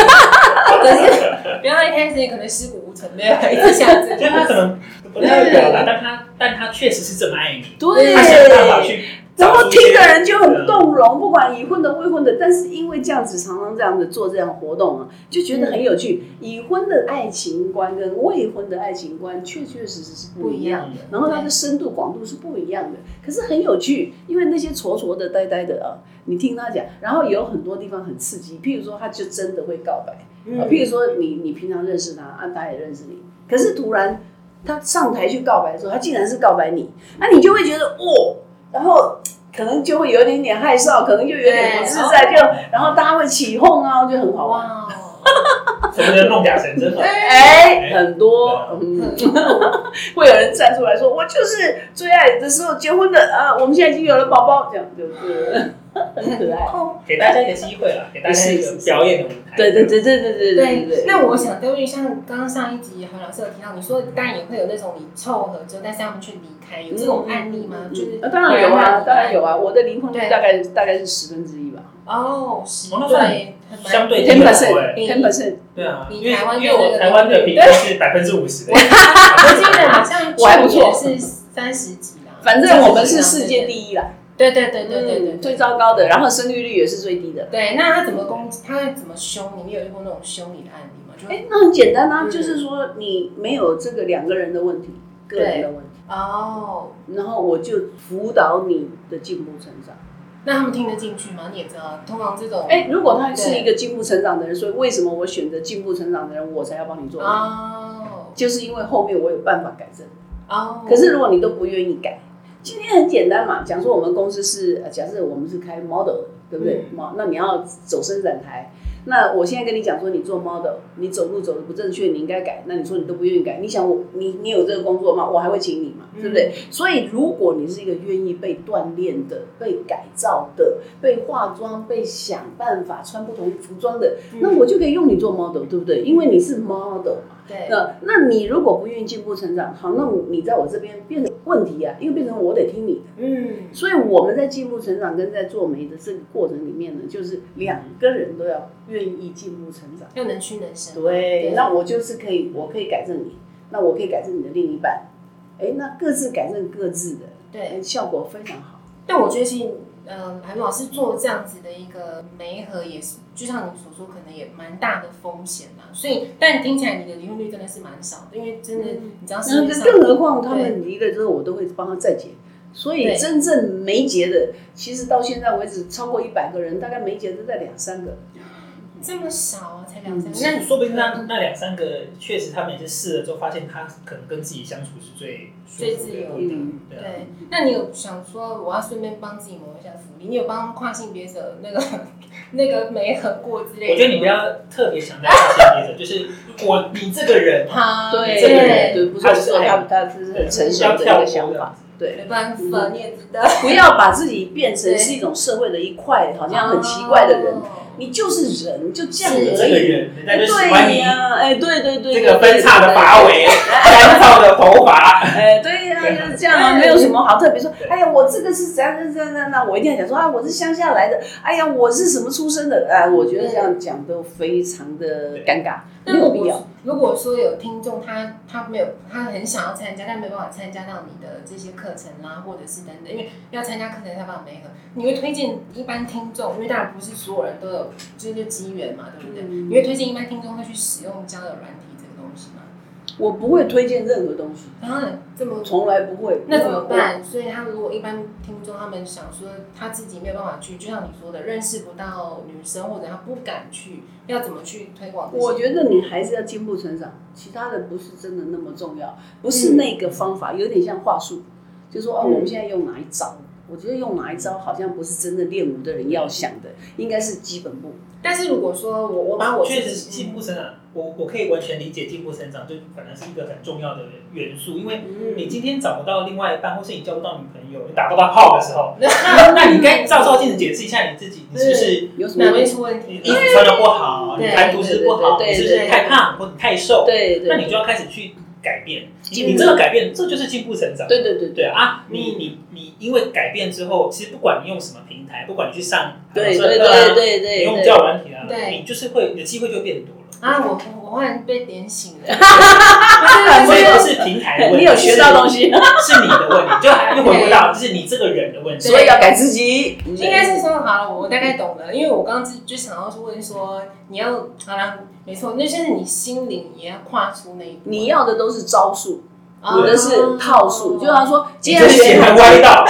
Speaker 2: 不要一开始可能尸骨无存，没有一直下 子，
Speaker 3: 就他可能不太会表达，但他但他确实是这么爱你，
Speaker 4: 对
Speaker 3: 他想办法去
Speaker 4: 然
Speaker 3: 找
Speaker 4: 后
Speaker 3: 出一些。
Speaker 4: 听的人就很动容，不管已婚的未婚的，但是因为这样子常常这样子做这样活动啊，就觉得很有趣。已婚的爱情观跟未婚的爱情观确确实实是不一样的，然后它的深度广度是不一样的，可是很有趣，因为那些挫挫的呆呆的啊，你听他讲，然后有很多地方很刺激，譬如说他就真的会告白。
Speaker 2: 嗯
Speaker 4: 啊，譬如说你你平常认识他，啊，他也认识你，可是突然他上台去告白的时候，他竟然是告白你，那、你就会觉得哦，然后可能就会有一点点害臊，可能就有点不自在，就然后大家会起哄啊，就很好玩，
Speaker 2: 哇哦，
Speaker 3: 什么叫弄假成真嘛？
Speaker 4: 哎、很多，嗯，
Speaker 2: 很酷
Speaker 4: 会有人站出来说，我就是最爱的时候结婚的啊，我们现在已经有了宝宝，这样就对，很可爱。
Speaker 2: 哦
Speaker 3: 给大家一个机会啦，给大家一个表演的舞台。
Speaker 4: 对对对对对对对
Speaker 2: 对
Speaker 4: 对，，
Speaker 2: 那我想，对于像刚刚上一集何老师有提到，你说当然也会有那种你凑合之后，但是他们却离开，有这
Speaker 4: 嗯
Speaker 2: 种案例吗？就是
Speaker 4: 啊，当然有啊，当然有
Speaker 2: 啊。
Speaker 4: 啊，我的离婚率大概大概是十分之一吧。
Speaker 2: 哦，是
Speaker 3: 哦那算
Speaker 2: 对，很蛮
Speaker 3: 相对低欸
Speaker 4: ten
Speaker 3: 很
Speaker 4: percent
Speaker 3: 多
Speaker 4: ten percent，
Speaker 2: 嗯
Speaker 3: 对啊，
Speaker 2: 你
Speaker 3: 因为
Speaker 2: 台湾的
Speaker 3: 因为我台湾的平均是百分之五十的，
Speaker 2: 我记得好像
Speaker 4: 我还不错
Speaker 2: 去年是三十几啦。
Speaker 4: 反正我们是世界第一啦，
Speaker 2: 对对对对对对
Speaker 4: 嗯，最糟糕的，然后生育率也是最低的。
Speaker 2: 对，那他怎么攻？他怎么凶你？你有遇过那种凶你的案例吗？就
Speaker 4: 哎，那很简单啊，
Speaker 2: 嗯
Speaker 4: 就是说你没有这个两个人的问题，个人的问题，
Speaker 2: 哦，
Speaker 4: 然后我就辅导你的进步成长。
Speaker 2: 那他们听得进去吗？你也知道，通常这种
Speaker 4: 哎，如果他是一个进步成长的人，所以为什么我选择进步成长的人，我才要帮你做？
Speaker 2: 哦
Speaker 4: 就是因为后面我有办法改正。
Speaker 2: 哦，
Speaker 4: 可是如果你都不愿意改，今天很简单嘛，讲说我们公司是，呃假设我们是开 model，对不对？嘛、那你要走伸展台。那我现在跟你讲说，你做 model，你走路走的不正确，你应该改。那你说你都不愿意改，你想我，你你有这个工作吗？我还会请你嘛，对不对？所以如果你是一个愿意被锻炼的、被改造的、被化妆、被想办法穿不同服装的，
Speaker 2: 嗯
Speaker 4: 那我就可以用你做 model，对不对？因为你是 model 嘛。
Speaker 2: 对
Speaker 4: 那那你如果不愿意进步成长，好，那你在我这边变成问题啊，因为变成我得听你的。
Speaker 2: 嗯
Speaker 4: 所以我们在进步成长跟在做媒的这个过程里面呢，就是两个人都要愿意进步成长。
Speaker 2: 又能屈能伸，
Speaker 4: 对，
Speaker 2: 对
Speaker 4: 那我就是可以，我可以改正你，那我可以改正你的另一半，哎，那各自改正各自的，
Speaker 2: 对。
Speaker 4: 哎效果非常好。
Speaker 2: 但我觉得其实，嗯、韩老师做这样子的一个媒合，也是就像你所说，可能也蛮大的风险啦。所以，但听起来你的离婚率真的是蛮少的，因为真的，你知道世
Speaker 4: 嗯那
Speaker 2: 界上
Speaker 4: 更何况他们离了之后，我都会帮他再结。所以
Speaker 2: 对
Speaker 4: 真正没结的，其实到现在为止超过一百个人，大概没结的在两三个。
Speaker 2: 这么少啊，才
Speaker 4: 嗯
Speaker 2: 两三个，那
Speaker 3: 那
Speaker 2: 你
Speaker 3: 说不定那那两三个确实他们也是试了之后，发现他可能跟自己相处是最
Speaker 2: 最
Speaker 3: 舒服
Speaker 2: 自
Speaker 3: 的
Speaker 2: 由的。
Speaker 4: 嗯，
Speaker 3: 对啊，
Speaker 2: 对，那你有想说我要顺便帮自己谋一下福利？你有帮跨性别者那个 那个媒合过之类的吗？
Speaker 3: 我觉得你不要特别强调这些，就是我你这个人
Speaker 2: 他
Speaker 4: 对
Speaker 3: 这个
Speaker 2: 对
Speaker 3: 人
Speaker 4: 对，不是说
Speaker 3: 他
Speaker 4: 他
Speaker 3: 是
Speaker 4: 他是很成熟
Speaker 3: 要
Speaker 4: 的一
Speaker 3: 跳
Speaker 4: 个
Speaker 3: 脱
Speaker 4: 想
Speaker 3: 的
Speaker 4: 法，，对，
Speaker 2: 没办法，你也知道，
Speaker 4: 不要把自己变成是一种社会的一块，好像很奇怪的人
Speaker 2: 哦。。
Speaker 4: 你就是人，就这样
Speaker 2: 是
Speaker 3: 这
Speaker 4: 而
Speaker 3: 个
Speaker 4: 已。
Speaker 3: 人人家
Speaker 4: 哎
Speaker 3: 就喜欢
Speaker 4: 对
Speaker 3: 你
Speaker 4: 呀，哎，对对对，
Speaker 3: 这
Speaker 4: 对
Speaker 3: 个分叉的
Speaker 4: 对对
Speaker 3: 发尾，干燥的头发，
Speaker 4: 哎，对呀、
Speaker 3: 对
Speaker 4: 就是这样啊，
Speaker 2: 对
Speaker 4: 没有什么好特别说
Speaker 3: 对。
Speaker 4: 哎呀，我这个是怎样怎样怎样，那我一定要讲说啊，我是乡下来的。哎呀，我是什么出身的？哎，我觉得这样讲都非常的尴尬，没
Speaker 2: 那
Speaker 4: 有
Speaker 2: 如
Speaker 4: 必
Speaker 2: 果
Speaker 4: 要。
Speaker 2: 如果说有听众他他没有他很想要参加，但没办法参加到你的这些课程啦，或者是等等，因为要参加课程才办媒合，你会推荐一般听众，因为当然不是所有人都有就是机缘嘛，对不对？你会推荐一般听众会去使用交友软体这个东西吗？
Speaker 4: 我不会推荐任何东西，
Speaker 2: 啊，这么
Speaker 4: 从来不会。
Speaker 2: 那怎么？办？所以他如果一般听众他们想说他自己没有办法去，就像你说的，认识不到女生或者他不敢去，要怎么去推广这些？
Speaker 4: 我觉得你还是要进步成长，其他的不是真的那么重要，不是那个方法，有点像话术，就说哦，
Speaker 2: 嗯
Speaker 4: 我们现在用哪一招？我觉得用哪一招好像不是真的练武的人要想的，应该是基本步。
Speaker 2: 但是如果说我我把我
Speaker 3: 确
Speaker 2: 自
Speaker 3: 实
Speaker 2: 己
Speaker 3: 进步成长，啊我我可以完全理解进步成长，就反而是一个很重要的元素，因为你今天找不到另外一半，或是你交不到女朋友，你打不到炮的时候，那
Speaker 4: 嗯
Speaker 3: 那你该照照镜子解释一下你自己，你是不是
Speaker 4: 有什么
Speaker 2: 哪
Speaker 4: 问
Speaker 2: 边
Speaker 4: 题？
Speaker 2: 出问
Speaker 3: 你
Speaker 2: 题？
Speaker 3: 衣服穿的不好，你
Speaker 2: 对
Speaker 3: 谈吐是不好，
Speaker 4: 嗯对对对
Speaker 3: 你是不是
Speaker 2: 对
Speaker 3: 太胖或你太瘦？
Speaker 4: 对对。
Speaker 3: 那你就要开始去改变，你你这个改变，这就是进步成长。
Speaker 4: 对对对
Speaker 3: 对啊，你你你因为改变之后，其实不管你用什么平台，不管你去上
Speaker 4: 对
Speaker 3: 上
Speaker 4: 对
Speaker 3: 课啊
Speaker 4: 对对
Speaker 3: 你用
Speaker 4: 对
Speaker 3: 教软体啊，
Speaker 2: 对
Speaker 3: 你就是会你的机会就变多了。
Speaker 2: 啊，我我忽然被点醒 了，
Speaker 3: 所以不是平台的问题，
Speaker 1: 你有学到东西，
Speaker 3: 是你的问题，就还又回不到，就是你这个人的问题。
Speaker 1: 所以要改自己。
Speaker 2: 应该是说好了，我大概懂了，因为我刚刚就就想要去问说，你要好了，没错，那就是你心灵也要跨出那一步，
Speaker 4: 你要的都是招数，
Speaker 2: 哦
Speaker 4: 你的是套数，就是他说今
Speaker 3: 你
Speaker 4: 天
Speaker 3: 的
Speaker 4: 学
Speaker 3: 血还歪到，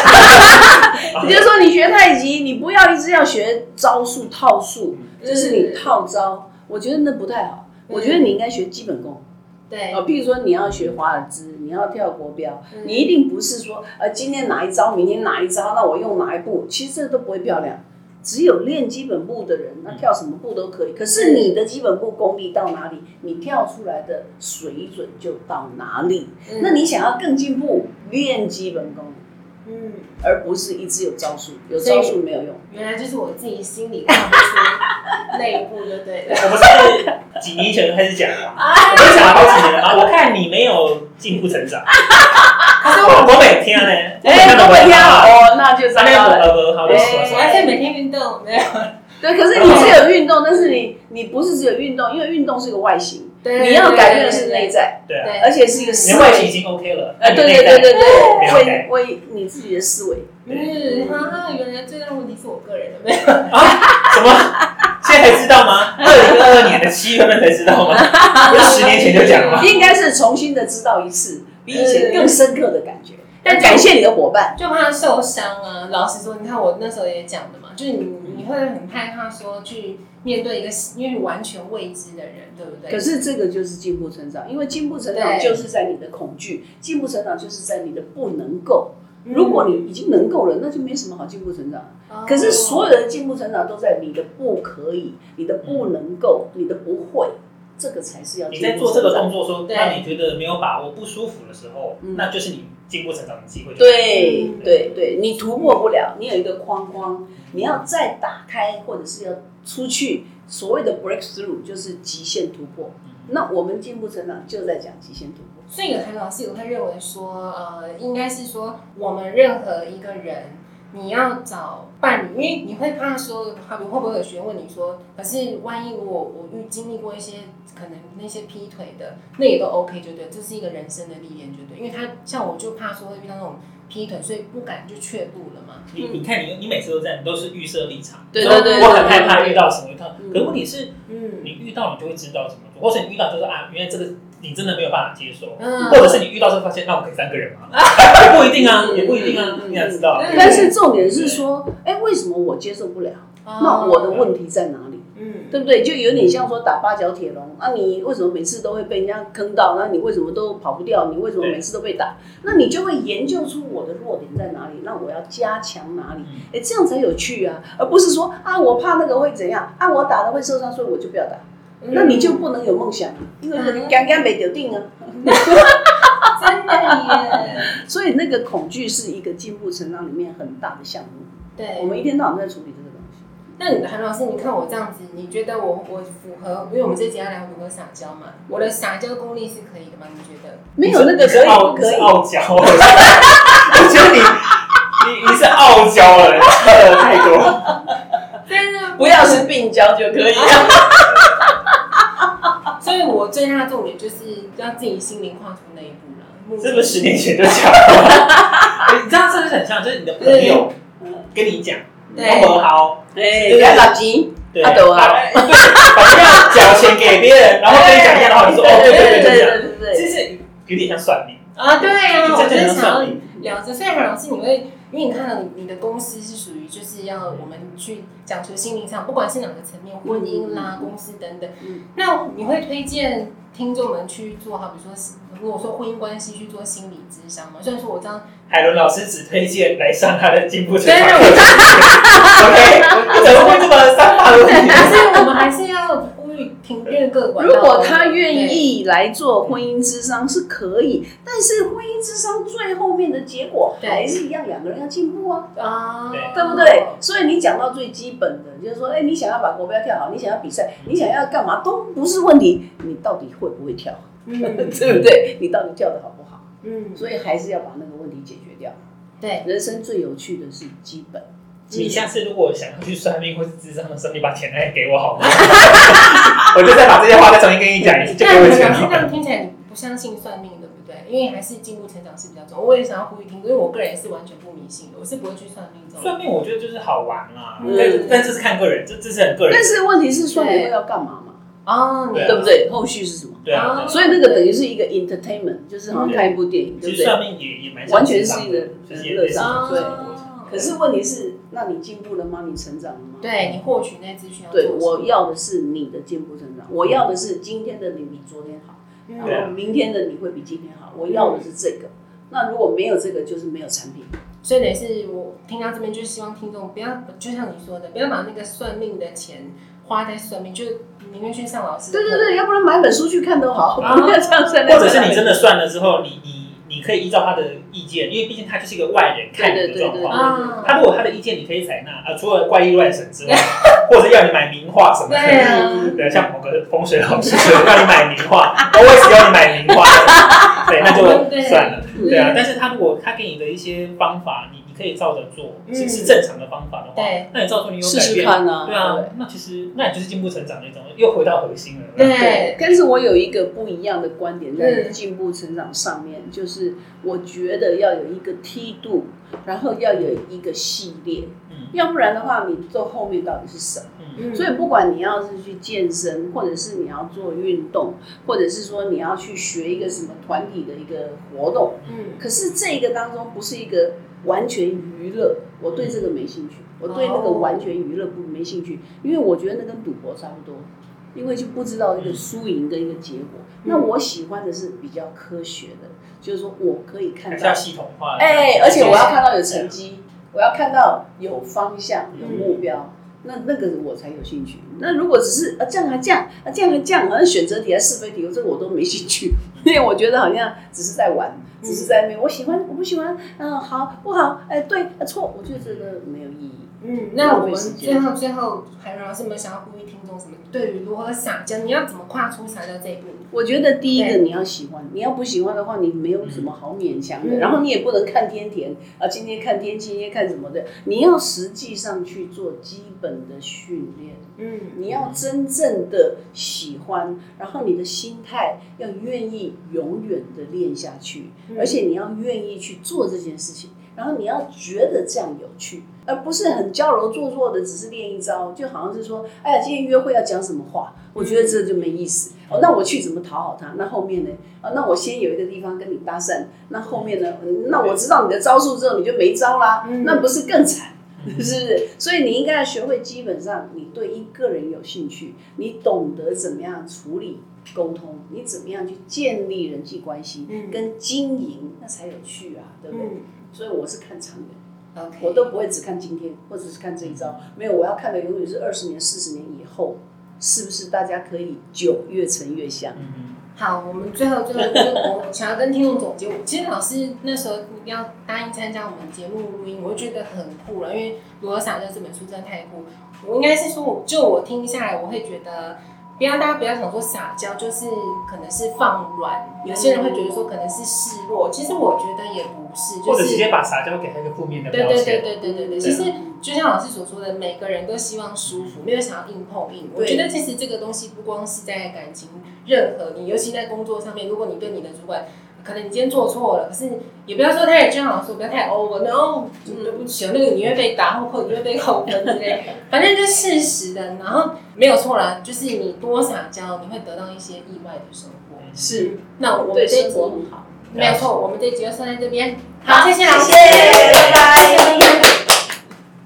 Speaker 4: 你就说你学太极，你不要一直要学招数套数，
Speaker 2: 嗯
Speaker 4: 就是你套招，我觉得那不太好。我觉得你应该学基本功，
Speaker 2: 对，嗯
Speaker 4: 呃，譬如说你要学华尔兹，你要跳国标，你一定不是说呃今天哪一招，明天哪一招，那我用哪一步，其实这都不会漂亮。只有练基本步的人，那跳什么步都可以。可是你的基本步功力到哪里，你跳出来的水准就到哪里。
Speaker 2: 嗯
Speaker 4: 那你想要更进步，练基本功，
Speaker 2: 嗯，
Speaker 4: 而不是一直有招数，有招数没有用。
Speaker 2: 原来就是我自己心里跨不出那一步就对 了。
Speaker 3: 我们是几年前就开始讲了，
Speaker 4: 哎
Speaker 3: 我们讲了好几年了吗？我看你没有进步成长。
Speaker 2: 可是我
Speaker 3: 我我每天呢，
Speaker 4: 哎，都会跳
Speaker 3: 啊，
Speaker 4: 哦，那就糟
Speaker 3: 三天
Speaker 4: 糕
Speaker 3: 不
Speaker 4: 了。
Speaker 3: 合好 的
Speaker 2: 我还哎是每天运动，没有
Speaker 4: 对，可是你只有运动，但是你你不是只有运动，因为运动是个外形，
Speaker 2: 对
Speaker 4: 你要改变的是内在，
Speaker 3: 对啊，
Speaker 2: 对
Speaker 4: 而且是一个
Speaker 3: 你
Speaker 4: 思
Speaker 3: 的外形已
Speaker 4: 维。
Speaker 3: 经 OK 了，
Speaker 4: 呃，对对对对
Speaker 3: 没有改
Speaker 4: 对，为为你自己的思维，
Speaker 2: 嗯，哈哈，原来最大的问题是我个人的，没有。
Speaker 3: 什么？现在才知道吗？二零二二年的七月份才知 道吗？不是十年前就讲了吗？
Speaker 4: 应该是重新的知道一次，比以前更深刻的感觉。
Speaker 2: 但
Speaker 4: 但感谢你的伙伴，
Speaker 2: 就怕受伤啊。老实说，你看我那时候也讲的嘛，就是你你会很害怕说去面对一个因为完全未知的人，对不对？
Speaker 4: 可是这个就是进步成长，因为进步成长
Speaker 2: 对
Speaker 4: 就是在你的恐惧，进步成长就是在你的不能够。
Speaker 2: 嗯
Speaker 4: 如果你已经能够了，那就没什么好进步成长。
Speaker 2: 哦
Speaker 4: 可是所有的进步成长都在你的不可以、你的不能够、你的不会，这个才是要
Speaker 3: 你
Speaker 4: 进
Speaker 3: 在
Speaker 4: 步
Speaker 3: 做这
Speaker 4: 成
Speaker 3: 个
Speaker 4: 长。
Speaker 3: 动作说
Speaker 2: 对
Speaker 3: 让你觉得没有把握、不舒服的时候，
Speaker 4: 嗯
Speaker 3: 那就是你进步成长的机会。，
Speaker 4: 对
Speaker 2: 嗯
Speaker 4: 对对，你突破不了，你有一个框框，你要再打开或者是要出去。所谓的 breakthrough 就是极限突破。那我们进步成长就在讲极限突破。
Speaker 2: 所以有谭老师也会认为说，呃，应该是说我们任何一个人，你要找伴侣，因为你会怕说，好比会不会有学员问你说，可是万一我我遇经历过一些可能那些劈腿的，那也都 OK 就对，这是一个人生的历练就对，因为他像我就怕说会遇到那种劈腿，所以不敢就确步了嘛。
Speaker 3: 你你看你你每次都这样，你都是预设立场，
Speaker 4: 对
Speaker 3: 你说
Speaker 4: 对对对
Speaker 3: 我很害怕遇到什么遇到，
Speaker 4: 嗯
Speaker 3: 可是问题是
Speaker 2: 嗯
Speaker 3: 你遇到你就会知道怎么做，或者你遇到就说啊，原来这个你真的没有办法接受，
Speaker 2: 嗯
Speaker 3: 或者是你遇到之后发现，那我们可以三个 人吗？也不一定啊，也不一定啊，
Speaker 4: 嗯
Speaker 3: 你想知道
Speaker 2: 嗯？
Speaker 4: 但是重点是说，哎，为什么我接受不了？
Speaker 3: 啊
Speaker 4: 那我的
Speaker 2: 哦
Speaker 4: 问题在哪里？
Speaker 2: 嗯
Speaker 4: 对不对？就有点像说打八角铁笼啊，你为什么每次都会被人家坑到？那你为什么都跑不掉？你为什么每次都被打？那你就会研究出我的弱点在哪里，那我要加强哪里？哎，这样才有趣啊，而不是说啊，我怕那个会怎样啊，我打了会受伤，所以我就不要打。那你就不能有梦想，因为
Speaker 2: 嗯
Speaker 4: 刚刚没得定啊。
Speaker 2: 真的耶，
Speaker 4: 所以那个恐惧是一个进步成长里面很大的项目。
Speaker 2: 对，
Speaker 4: 我们一天到晚在处理这个东西。
Speaker 2: 那你韩老师，你看我这样子，你觉得我我符合？因为我们这集要聊如何撒娇嘛，我的撒娇功力是可以的吗？你觉得？
Speaker 4: 没有那个可以不
Speaker 3: 傲
Speaker 4: 可以？
Speaker 3: 傲娇，我觉得你你你是傲娇了，差的太多。
Speaker 2: 但是，
Speaker 4: 不要是病娇就可以了。
Speaker 2: 所以我最大的重点就是让自己心灵跨出那一步了。目前
Speaker 3: 这不 是十年前就讲了，你知道这是很像，就是你的朋友跟你讲，
Speaker 2: 对
Speaker 3: 我好，
Speaker 4: 哎，不要着急。
Speaker 3: 对，
Speaker 4: 啊对啊
Speaker 3: 把把那个缴钱给别人，然后跟你讲一样的话，你说哦，对对对，就这样，
Speaker 4: 对对
Speaker 3: 这是有点像算命，
Speaker 2: 啊，对啊，
Speaker 3: 就
Speaker 2: 我
Speaker 3: 真的
Speaker 2: 在
Speaker 3: 像
Speaker 2: 想
Speaker 3: 算
Speaker 2: 要
Speaker 3: 命。
Speaker 2: 聊着。所以韩老师，你会，因为你看到你你的公司是属于就是要我们去讲求心灵上，不管是哪个层面，婚姻啦、公司等等。
Speaker 4: 嗯
Speaker 2: 那你会推荐听众们去做，好比说，如果说婚姻关系去做心理咨商吗？虽然说我这 样。
Speaker 3: 海伦老师只推荐来上他的进步成
Speaker 2: 但是
Speaker 3: 长
Speaker 2: 我
Speaker 3: 课。OK，我怎么会这么三大问题？
Speaker 2: 但是我们还是要呼吁平日各管道。
Speaker 4: 如果他愿意来做婚姻智商是可以，但是婚姻智商最后面的结果
Speaker 2: 对
Speaker 4: 还是一样，两个人要进步啊，
Speaker 2: 对啊，
Speaker 4: 对不对？所以你讲到最基本的，就是说，哎，你想要把国标跳好，你想要比赛，你想要干嘛都不是问题，你到底会不会跳，
Speaker 2: 嗯
Speaker 4: 对不对？你到底跳的好不好？
Speaker 2: 嗯，
Speaker 4: 所以还是要把那个问题解决掉。
Speaker 2: 对，
Speaker 4: 人生最有趣的是基本，
Speaker 3: 你下次如果想要去算命或是智商的时候，你把钱来给我好吗？我就再把这些话再重新跟你讲一次，就给
Speaker 2: 但
Speaker 3: 我
Speaker 2: 你
Speaker 3: 钱
Speaker 2: 老师
Speaker 3: 好
Speaker 2: 这样
Speaker 3: 了。
Speaker 2: 听起来，你不相信算命，对不对？因为还是进步成长是比较重要。我也想要呼吁听众，因为我个人是完全不迷信的，我是不会去算命这 种。
Speaker 3: 算命我觉得就是好玩啦，
Speaker 4: 嗯
Speaker 3: 但但这是看个人，这这是很个人
Speaker 4: 但。是问题是算你会要干嘛嘛，
Speaker 2: 哦，你
Speaker 3: 对啊
Speaker 4: 对不对？后续是什么？
Speaker 3: 对啊，对啊
Speaker 4: 所以那个等于是一个 entertainment，就是好像看一部电影，对
Speaker 3: 其实
Speaker 4: 不对？
Speaker 3: 算命也也蛮
Speaker 4: 完全是
Speaker 3: 像
Speaker 4: 一
Speaker 3: 智
Speaker 4: 个
Speaker 3: 商的就是也
Speaker 4: 乐
Speaker 3: 类似
Speaker 4: 上
Speaker 3: 像智商的过程
Speaker 2: 哦
Speaker 4: 可是问题是，那你进步了吗？你成长了吗？
Speaker 2: 对你获取那资讯要做
Speaker 4: 对，
Speaker 2: 什么
Speaker 4: 我要的是你的进步成长，我要的是今天的你比昨天好，
Speaker 2: 嗯
Speaker 3: 对
Speaker 4: 然
Speaker 3: 啊
Speaker 4: 后明天的你会比今天好，我要的是这个。那如果没有这个，就是没有产品。
Speaker 2: 所以等于是我听到这边，就希望听众不要，就像你说的，不要把那个算命的钱花在算命，就是宁愿去上老师。
Speaker 4: 对对， 对，要不然买本书去看都好，
Speaker 2: 啊
Speaker 4: 不要 这样算。
Speaker 3: 或者是你真的算了之后，你你你可以依照他的意见，因为毕竟他就是一个外人看你的状
Speaker 4: 对对对
Speaker 3: 况。
Speaker 2: 啊，
Speaker 3: 他如果他的意见你可以采纳啊，除了怪力乱神之外，或者要你买名画什么
Speaker 2: 对
Speaker 3: 的，
Speaker 2: 啊，
Speaker 3: 对，像某个风水老师要你买名画，我也是要你买名画，对，那就算了。
Speaker 2: 嗯
Speaker 3: 对啊，但是他如果他给你的一些方法，你你可以照着做，是是正常的方法的话，
Speaker 2: 对
Speaker 3: 那你照做你有
Speaker 4: 试
Speaker 3: 改
Speaker 4: 试
Speaker 3: 变，
Speaker 4: 看啊。
Speaker 3: 对啊，那其实那你就是进步成长的一种，又回到核心了。
Speaker 2: 对
Speaker 4: 对，但是我有一个不一样的观点，在
Speaker 2: 嗯
Speaker 4: 进步成长上面，就是我觉得要有一个梯度，然后要有一个系列，
Speaker 3: 嗯
Speaker 4: 要不然的话，你做后面到底是什么？
Speaker 3: 嗯
Speaker 2: 嗯
Speaker 4: 所以不管你要是去健身，或者是你要做运动，或者是说你要去学一个什么团体的一个活动，
Speaker 2: 嗯
Speaker 4: 可是这一个当中不是一个完全娱乐，我对这个没兴趣，我对那个
Speaker 2: 哦
Speaker 4: 完全娱乐不没兴趣，因为我觉得那跟赌博差不多，因为就不知道一个输赢跟一个结果。那我喜欢的是比较科学的，就是说我可以看
Speaker 3: 还是
Speaker 4: 到
Speaker 3: 要，系统化。嗯
Speaker 4: 哎，而且我要看到有成绩，我要看到有方向、有目标。那那个我才有兴趣。那如果只是啊这样还这样啊这样还这样，好像选择题还是非题，这个我都没兴趣， 因为我觉得好像只是在玩，只是在那边。我喜欢，我不喜欢，嗯、好不好？哎、对，啊错，我就觉得没有意义。
Speaker 2: 嗯，那我们最后最后，海伦老师有没有想要呼吁听众什么？对于如何撒娇，你要怎么跨出撒娇这一步？
Speaker 4: 我觉得第一个
Speaker 2: 对
Speaker 4: 你要喜欢，你要不喜欢的话，你没有什么好勉强的。
Speaker 2: 嗯
Speaker 4: 然后你也不能看天天啊，今天看天气，今天看什么的，你要实际上去做基本的训练。
Speaker 2: 嗯
Speaker 4: 你要真正的喜欢，然后你的心态要愿意永远的练下去，
Speaker 2: 嗯
Speaker 4: 而且你要愿意去做这件事情，然后你要觉得这样有趣，而不是很娇柔做作的，只是练一招，就好像是说，哎呀，今天约会要讲什么话，我觉得这就没意
Speaker 2: 嗯
Speaker 4: 思。哦，那我去怎么讨好他？那后面呢？啊，那我先有一个地方跟你搭讪，那后面呢？嗯那我知道你的招数之后，你就没招啦，
Speaker 2: 嗯
Speaker 4: 那不是更惨？
Speaker 3: 嗯
Speaker 4: 是不是？所以你应该要学会，基本上你对一个人有兴趣，你懂得怎么样处理沟通，你怎么样去建立人际关系
Speaker 2: 嗯
Speaker 4: 跟经营，那才有趣啊，对不对？
Speaker 2: 嗯
Speaker 4: 所以我是看长远，
Speaker 2: ，OK，
Speaker 4: 我都不会只看今天，或者是看这一招，
Speaker 2: 嗯
Speaker 4: 没有，我要看的永远是二十年、四十年以后，是不是大家可以酒越陈越香？
Speaker 3: 嗯
Speaker 2: 好，我们最后最后就是我想要跟听众总结，我其实老师那时候要答应参加我们节目录音，我就觉得很酷了，因为《如何撒娇》这本书真的太酷。我应该是说，我就我听下来，我会觉得，不要大家不要想说撒娇就是可能是放软，有些人会觉得说可能是示弱，其实我觉得也不是，
Speaker 3: 或
Speaker 2: 就
Speaker 3: 者
Speaker 2: 是
Speaker 3: 直接把撒娇给他一个负面的
Speaker 2: 对
Speaker 3: 标
Speaker 2: 对
Speaker 3: 签。
Speaker 2: 对对对对对，
Speaker 4: 啊
Speaker 2: 其实就像老师所说的，每个人都希望舒服，没有想要硬碰硬。我
Speaker 4: 对
Speaker 2: 觉得其实这个东西不光是在感情，任何你，尤其在工作上面，如果你对你的主管，可能你今天做错了，可是也不要说太，就像老师说，不要太 over，然后就对不起，那个你会被打或者你会被扣分之类，反正就事实的，然后没有错啦，就是你多撒娇，你会得到一些意外的收获。
Speaker 3: 嗯
Speaker 4: 是
Speaker 2: 那我们
Speaker 4: 对
Speaker 2: 这一
Speaker 4: 生
Speaker 2: 集
Speaker 4: 活很好。
Speaker 2: 没有错，我们这一集就算在这边，
Speaker 1: 好
Speaker 2: 好，谢谢老师，
Speaker 1: 谢谢拜拜
Speaker 2: 拜拜。